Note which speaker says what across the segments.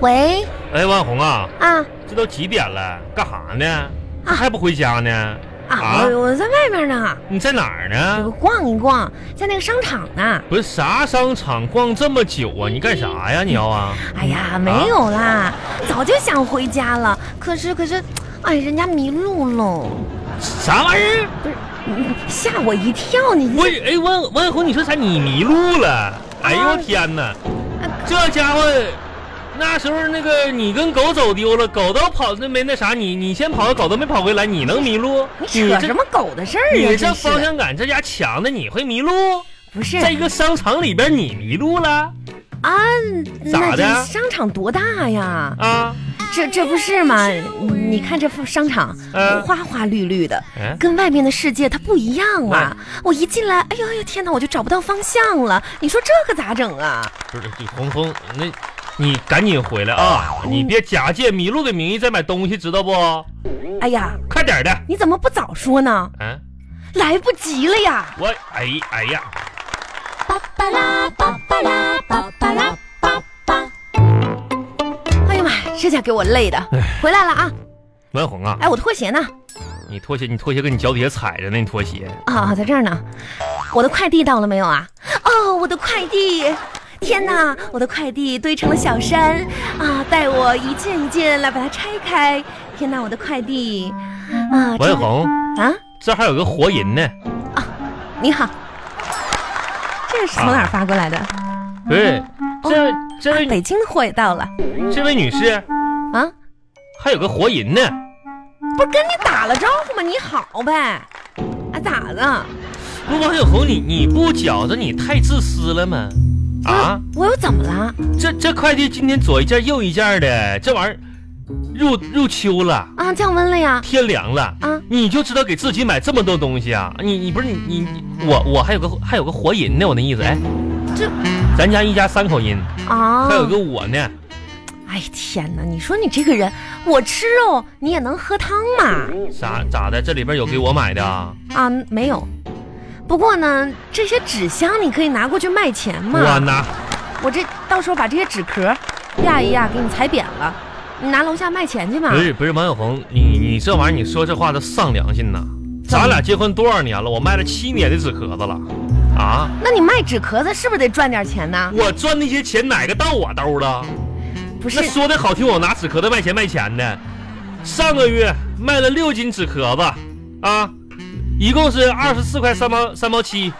Speaker 1: 喂，
Speaker 2: 哎，万红啊，
Speaker 1: 啊
Speaker 2: 这都几点了？干啥呢？还不回家呢？啊
Speaker 1: 啊，我我在外面呢，
Speaker 2: 你在哪儿
Speaker 1: 我
Speaker 2: 呢？
Speaker 1: 逛一逛，在那个商场呢。
Speaker 2: 不是啥商场逛这么久啊？你干啥呀？你要啊？
Speaker 1: 哎呀，没有啦，早就想回家了，可是可是，哎，人家迷路喽，
Speaker 2: 啥玩意儿？
Speaker 1: 吓我一跳！你
Speaker 2: 我哎，万万红，你说啥？你迷路了？哎
Speaker 1: 啊
Speaker 2: 呦我天哪！这家伙，那时候那个你跟狗走丢了，狗都跑那没那啥，你你先跑，狗都没跑回来，你能迷路？
Speaker 1: 你扯
Speaker 2: 这
Speaker 1: 什么狗的事儿啊？
Speaker 2: 你这
Speaker 1: 真是
Speaker 2: 方向感这家强的，你会迷路？
Speaker 1: 不是
Speaker 2: 在一个商场里边，你迷路了
Speaker 1: 啊？
Speaker 2: 咋
Speaker 1: 那
Speaker 2: 的
Speaker 1: 这商场多大呀？
Speaker 2: 啊？
Speaker 1: 这这不是嘛？你看这商场
Speaker 2: 嗯
Speaker 1: 花花绿绿的，
Speaker 2: 嗯
Speaker 1: 跟外面的世界它不一样啊！我一进来，哎呦哎呦天哪，我就找不到方向了。你说这可咋整啊？
Speaker 2: 不是，红红，那，你赶紧回来啊！你别假借迷路的名义再买东西，知道不？
Speaker 1: 哎呀，
Speaker 2: 快点的，
Speaker 1: 你怎么不早说呢？
Speaker 2: 嗯、
Speaker 1: 来不及了呀！
Speaker 2: 我，哎哎呀，
Speaker 3: 巴巴拉巴巴拉巴巴拉巴巴。
Speaker 1: 哎呀妈，呀，这下给我累的。回来了啊！
Speaker 2: 文红啊，
Speaker 1: 哎，我的拖鞋呢？
Speaker 2: 你拖鞋，你拖鞋跟你脚底下踩着呢，你拖鞋，
Speaker 1: 啊、在这儿呢。我的快递到了没有啊？哦，我的快递！天哪，我的快递堆成了小山啊！带我一件一件来把它拆开。天哪，我的快递啊！
Speaker 2: 文
Speaker 1: 真的
Speaker 2: 红，
Speaker 1: 啊，
Speaker 2: 这还有个活人呢，
Speaker 1: 你好，这是从哪儿发过来的？啊
Speaker 2: 对，这这位
Speaker 1: 北京的货也到了
Speaker 2: 这位女士
Speaker 1: 啊！
Speaker 2: 还有个活人呢，
Speaker 1: 不是跟你打了招呼吗？你好呗。啊，咋的？
Speaker 2: 不王小红，你你不觉着你太自私了吗？啊，
Speaker 1: 我又怎么了？
Speaker 2: 这这快递今天左一件右一件的，这玩意儿入入秋了。
Speaker 1: 啊，降温了呀！
Speaker 2: 天凉了
Speaker 1: 啊
Speaker 2: 你就知道给自己买这么多东西啊！你你不是你你你我我还有个还有个活人呢，我那意思，哎，
Speaker 1: 这
Speaker 2: 咱家一家三口人，
Speaker 1: 啊，
Speaker 2: 还有个我呢，
Speaker 1: 哎天哪！你说你这个人，我吃肉你也能喝汤嘛？
Speaker 2: 啥咋的？这里边有给我买的啊？
Speaker 1: 啊，没有。不过呢，这些纸箱你可以拿过去卖钱
Speaker 2: 我
Speaker 1: 嘛。
Speaker 2: 拿
Speaker 1: 我这到时候把这些纸壳压一压，给你踩扁了，你拿楼下卖钱去嘛
Speaker 2: 不。是不是王小红，你你这玩意儿你说这话都丧良心呐！咱俩结婚多少年了？我卖了七年的纸壳子了，啊！
Speaker 1: 那你卖纸壳子是不是得赚点钱呢？
Speaker 2: 我赚那些钱哪个到我兜了？
Speaker 1: 不是
Speaker 2: 那，说的好听，我拿纸壳子卖钱卖钱的。上个月卖了六斤纸壳子，啊，一共是二十四块三毛三毛七。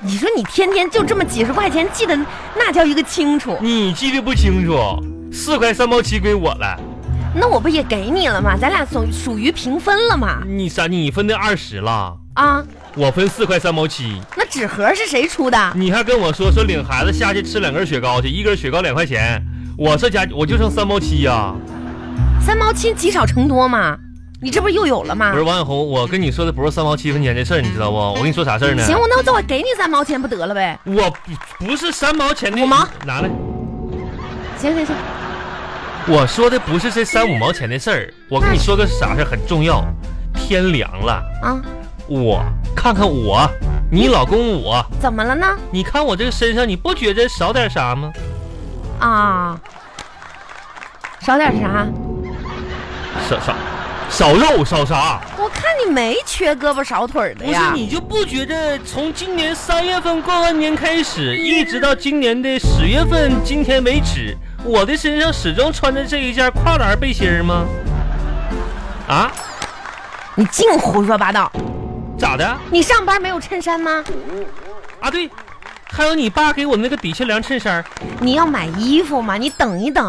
Speaker 1: 你说你天天就这么几十块钱，记得那叫一个清楚。
Speaker 2: 你记得不清楚，四块三毛七归我了。
Speaker 1: 那我不也给你了吗？咱俩属属于平分了嘛？
Speaker 2: 你啥？你分的二十了，
Speaker 1: 啊，
Speaker 2: 我分四块三毛七。
Speaker 1: 那纸盒是谁出的？
Speaker 2: 你还跟我说说领孩子下去吃两根雪糕去，一根雪糕两块钱。我这家我就剩三毛七呀、
Speaker 1: 三毛七积少成多嘛？你这不是又有了吗
Speaker 2: 不？是王小红，我跟你说的不是三毛七分钱这事儿，你知道不？我跟你说啥事儿呢？
Speaker 1: 行，我那我给你三毛钱不得了呗？
Speaker 2: 我不不是三毛钱的。
Speaker 1: 五毛
Speaker 2: 拿来。
Speaker 1: 行行行。
Speaker 2: 我说的不是这三五毛钱的事儿，我跟你说个啥事儿很重要。天凉了，
Speaker 1: 啊，
Speaker 2: 我看看我，你老公我，
Speaker 1: 怎么了呢？
Speaker 2: 你看我这个身上，你不觉着少点啥吗？
Speaker 1: 啊，少点啥？
Speaker 2: 少少少肉少啥？
Speaker 1: 我看你没缺胳膊少腿儿的
Speaker 2: 不是
Speaker 1: 哎呀。
Speaker 2: 你就不觉着从今年三月份过完年开始，一直到今年的十月份今天为止，我的身上始终穿着这一件跨栏背心儿吗？啊，
Speaker 1: 你净胡说八道！
Speaker 2: 咋的？
Speaker 1: 你上班没有衬衫吗？
Speaker 2: 啊对，还有你爸给我那个底下凉衬衫儿，
Speaker 1: 你要买衣服吗？你等一等，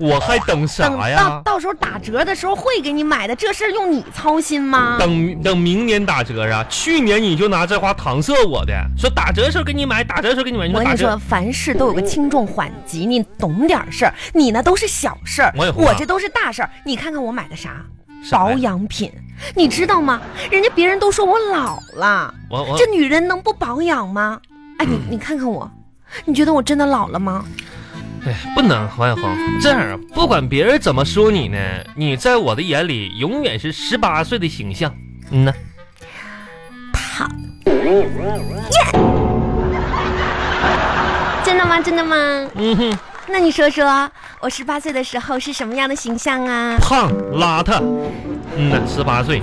Speaker 2: 我还等
Speaker 1: 等
Speaker 2: 啥
Speaker 1: 到
Speaker 2: 呀？
Speaker 1: 到时候打折的时候会给你买的，这事儿用你操心吗？
Speaker 2: 等等明年打折啊！去年你就拿这话搪塞我的，说打折时候给你买，打折时候给你买，你
Speaker 1: 我
Speaker 2: 说
Speaker 1: 跟
Speaker 2: 打
Speaker 1: 你说，
Speaker 2: 折。
Speaker 1: 凡事都有个轻重缓急，你懂点儿事儿。你那都是小事儿，
Speaker 2: 我也会啊
Speaker 1: 我这都是大事儿。你看看我买的啥？
Speaker 2: 啥呀
Speaker 1: 保养品，你知道吗？人家别人都说我老了，
Speaker 2: 我我嗯
Speaker 1: 这女人能不保养吗？哎，你你看看我，你觉得我真的老了吗？
Speaker 2: 哎，不能王小红这样，啊不管别人怎么说你呢，你在我的眼里永远是十八岁的形象。嗯呐，
Speaker 1: 真的吗？真的吗？
Speaker 2: 嗯哼，嗯
Speaker 1: 那你说说，我十八岁的时候是什么样的形象啊？
Speaker 2: 胖邋遢，嗯呐，十八岁，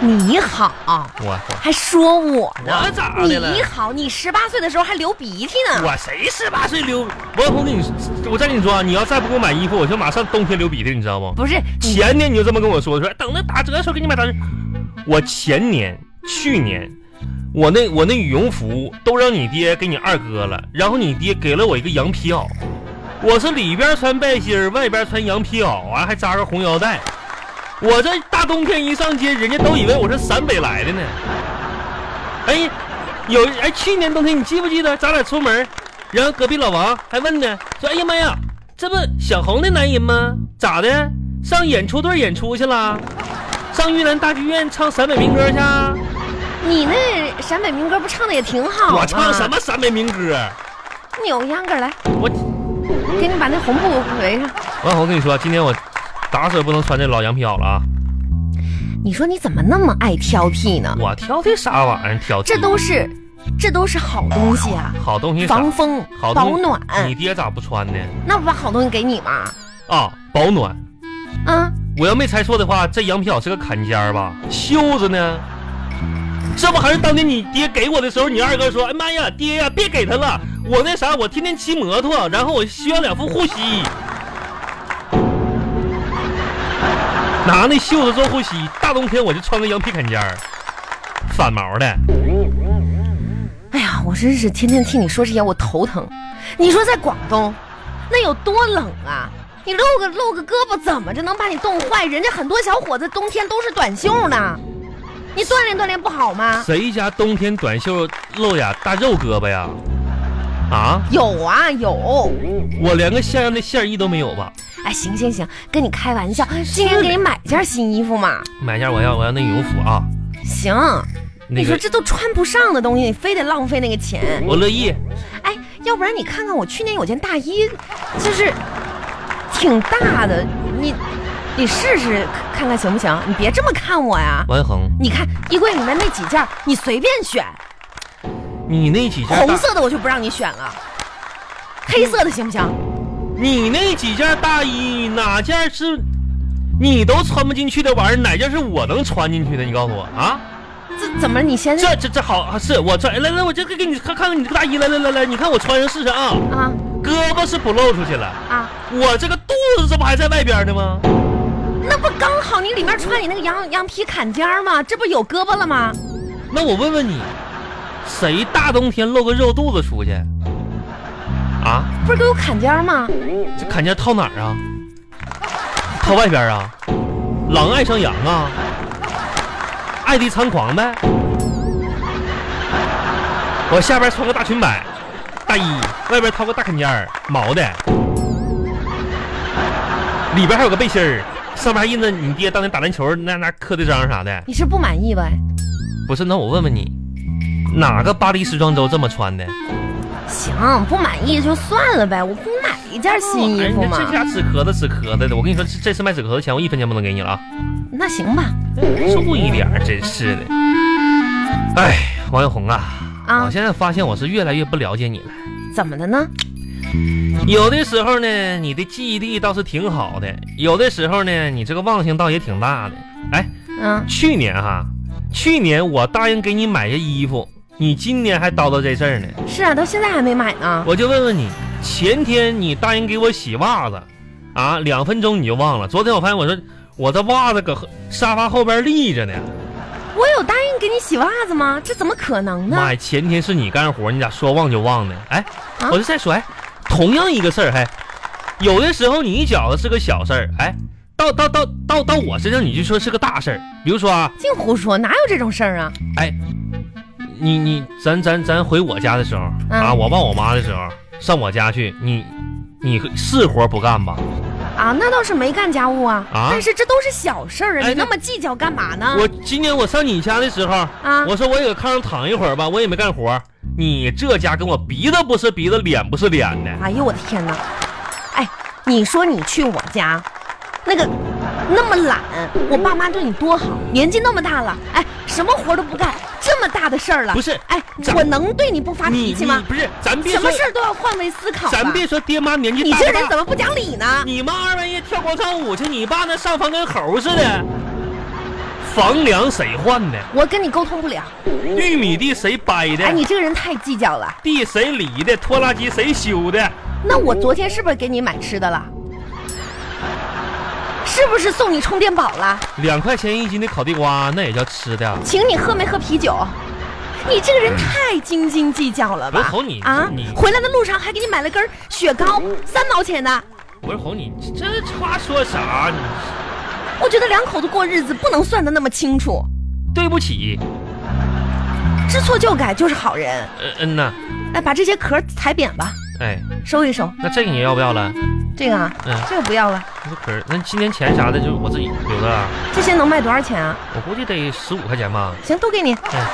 Speaker 1: 你好，
Speaker 2: 我我
Speaker 1: 还说我呢？
Speaker 2: 我咋的了
Speaker 1: 你好，你十八岁的时候还流鼻涕呢。
Speaker 2: 我谁十八岁流？王小红跟你，我再跟你说啊，你要再不给我买衣服，我就马上冬天流鼻涕，你知道不？
Speaker 1: 不是你
Speaker 2: 前年你就这么跟我说，说等着打折的时候给你买打折。我前年、去年，我那我那羽绒服都让你爹给你二哥了，然后你爹给了我一个羊皮袄，我是里边穿背心儿，外边穿羊皮袄，啊完还扎个红腰带。我这大冬天一上街，人家都以为我是陕北来的呢。哎，有哎，去年冬天你记不记得咱俩出门，然后隔壁老王还问呢，说哎呀妈呀，这不小红的男人吗？咋的？上演出队演出去了？上玉兰大剧院唱陕北民歌去啊？
Speaker 1: 你那陕北民歌不唱的也挺好吗
Speaker 2: 我唱什？么陕北民歌？啊
Speaker 1: 扭秧歌儿来，
Speaker 2: 我
Speaker 1: 给你把那红布围上。
Speaker 2: 王红跟你说，今天我打死也不能穿这老羊皮袄了啊！
Speaker 1: 你说你怎么那么爱挑剔呢？
Speaker 2: 我挑剔啥玩意儿？挑剔
Speaker 1: 这都是，这都是好东西啊，
Speaker 2: 好东西啥，
Speaker 1: 防风
Speaker 2: 好
Speaker 1: 保
Speaker 2: 东西
Speaker 1: 暖。
Speaker 2: 你爹咋不穿呢？
Speaker 1: 那不把好东西给你吗？
Speaker 2: 啊，保暖。
Speaker 1: 啊，
Speaker 2: 我要没猜错的话，这羊皮袄是个坎肩儿吧？袖子呢？这不还是当年你爹给我的时候，你二哥说：“哎妈呀，爹呀，别给他了，我那啥，我天天骑摩托，然后我需要两副护膝，拿那袖子做护膝，大冬天我就穿个羊皮坎肩儿，反毛的。
Speaker 1: 哎呀，我真是天天听你说这些，我头疼。你说在广东，那有多冷啊？你露个露个胳膊，怎么着能把你冻坏？人家很多小伙子冬天都是短袖呢，你锻炼锻炼不好吗？
Speaker 2: 谁家冬天短袖露俩大肉胳膊呀？啊，
Speaker 1: 有啊有，
Speaker 2: 我连个像样的线衣都没有吧？
Speaker 1: 哎，行行行，跟你开玩笑，今天给你买件新衣服嘛。
Speaker 2: 买件我要我要那羽绒服啊，
Speaker 1: 行，
Speaker 2: 那
Speaker 1: 你说
Speaker 2: 个
Speaker 1: 这都穿不上的东西，你非得浪费那个钱。
Speaker 2: 我乐意。
Speaker 1: 哎，要不然你看看我去年有件大衣，就是挺大的，你你试试看看行不行？你别这么看我呀！
Speaker 2: 王一恒，
Speaker 1: 你看衣柜里面那几件儿，你随便选，
Speaker 2: 你那几件
Speaker 1: 红
Speaker 2: 大，
Speaker 1: 色的我就不让你选了，黑色的行不行？
Speaker 2: 你那几件大衣哪件是你都穿不进去的玩意儿？哪件是我能穿进去的？你告诉我啊！
Speaker 1: 这怎么你先
Speaker 2: 这这这好啊！是我穿，来来，我这个给你看看看你这个大衣，来来来来，你看我穿上试试啊！
Speaker 1: 啊
Speaker 2: 胳膊是不露出去了，
Speaker 1: 啊，
Speaker 2: 我这个肚子这不还在外边呢吗？
Speaker 1: 那不刚好你里面穿你那个羊羊皮坎肩儿吗？这不有胳膊了吗？
Speaker 2: 那我问问你，谁大冬天露个肉肚子出去？啊？
Speaker 1: 不是都有坎肩儿吗？
Speaker 2: 这坎肩套哪儿啊？套外边啊？狼爱上羊啊？爱的猖狂呗。我下边穿个大裙摆，大衣，外边套个大坎肩儿，毛的，里边还有个背心儿，上面还印着你爹当年打篮球那那刻的章啥的。
Speaker 1: 你是不满意呗？
Speaker 2: 不是，那我问问你，哪个巴黎时装周这么穿的？
Speaker 1: 行，不满意就算了呗，我不买一件新衣服
Speaker 2: 哎
Speaker 1: 嘛。
Speaker 2: 这家纸壳子纸壳子的，我跟你说，这这次卖纸壳子钱我一分钱不能给你了啊。
Speaker 1: 那行吧，
Speaker 2: 注意点儿，真是的。哎，王小红啊，
Speaker 1: 啊
Speaker 2: 我现在发现我是越来越不了解你了。
Speaker 1: 怎么的呢？
Speaker 2: 有的时候呢，你的记忆力倒是挺好的；有的时候呢，你这个忘性倒也挺大的。哎，
Speaker 1: 嗯，
Speaker 2: 去年哈，去年我答应给你买些衣服，你今年还叨叨这事儿呢。
Speaker 1: 是啊，到现在还没买呢。
Speaker 2: 我就问问你，前天你答应给我洗袜子，啊，两分钟你就忘了。昨天我发现我说我的袜子搁后沙发后边立着呢。
Speaker 1: 我有答应给你洗袜子吗？这怎么可能呢
Speaker 2: 妈？呀，前天是你干活，你咋说忘就忘呢？哎，
Speaker 1: 啊
Speaker 2: 我就再说，哎，同样一个事儿，还、有的时候你一觉得是个小事儿，哎，到到到到到我身上你就说是个大事儿。比如说啊，
Speaker 1: 净胡说，哪有这种事儿啊？
Speaker 2: 哎，你你咱咱咱回我家的时候、
Speaker 1: 嗯
Speaker 2: 啊，我爸我妈的时候上我家去，你你是活不干吧？
Speaker 1: 啊，那倒是没干家务啊，
Speaker 2: 啊
Speaker 1: 但是这都是小事儿啊，
Speaker 2: 哎
Speaker 1: 你那
Speaker 2: 那
Speaker 1: 么计较干嘛呢？
Speaker 2: 我今年我上你家的时候，
Speaker 1: 嗯啊，
Speaker 2: 我说我也搁炕上躺一会儿吧，我也没干活。你这家跟我鼻子不是鼻子，脸不是脸的。
Speaker 1: 哎呦我的天哪！哎，你说你去我家，那个那么懒，我爸妈对你多好，年纪那么大了，哎，什么活都不干，这么大的事儿了，
Speaker 2: 不是
Speaker 1: 哎
Speaker 2: 咱，
Speaker 1: 我能对你不发
Speaker 2: 你
Speaker 1: 脾气吗
Speaker 2: 你？不是，咱别
Speaker 1: 什
Speaker 2: 说
Speaker 1: 么，事儿都要换位思考吧。
Speaker 2: 咱别说爹妈年纪
Speaker 1: 你
Speaker 2: 大
Speaker 1: 这
Speaker 2: 不
Speaker 1: 人
Speaker 2: 大
Speaker 1: 怎么不讲理呢？
Speaker 2: 你妈二半夜跳广场舞去，你爸那上房跟猴似的。房梁谁换的？
Speaker 1: 我跟你沟通不了，
Speaker 2: 玉米地谁掰的？
Speaker 1: 哎，你这个人太计较了。
Speaker 2: 地谁犁的？拖拉机谁修的？
Speaker 1: 那我昨天是不是给你买吃的了？是不是送你充电宝了？
Speaker 2: 两块钱一斤的烤地瓜，那也叫吃的啊？
Speaker 1: 请你喝没喝啤酒？你这个人太斤斤计较了吧？
Speaker 2: 我瞅你
Speaker 1: 啊
Speaker 2: 你！
Speaker 1: 回来的路上还给你买了根雪糕，三毛钱的。
Speaker 2: 我说红你，这这话说啥？你
Speaker 1: 我觉得两口子过日子不能算得那么清楚，
Speaker 2: 对不起，
Speaker 1: 知错就改就是好人。
Speaker 2: 嗯嗯呐，
Speaker 1: 哎，把这些壳踩扁吧，
Speaker 2: 哎，
Speaker 1: 收一收。
Speaker 2: 那这个你要不要了？
Speaker 1: 这个啊，
Speaker 2: 嗯
Speaker 1: 这个不要了。
Speaker 2: 那可是，那今年钱啥的，就我自己留着啊。
Speaker 1: 这些能卖多少钱啊？
Speaker 2: 我估计得十五块钱吧。
Speaker 1: 行，都给你。
Speaker 2: 哎，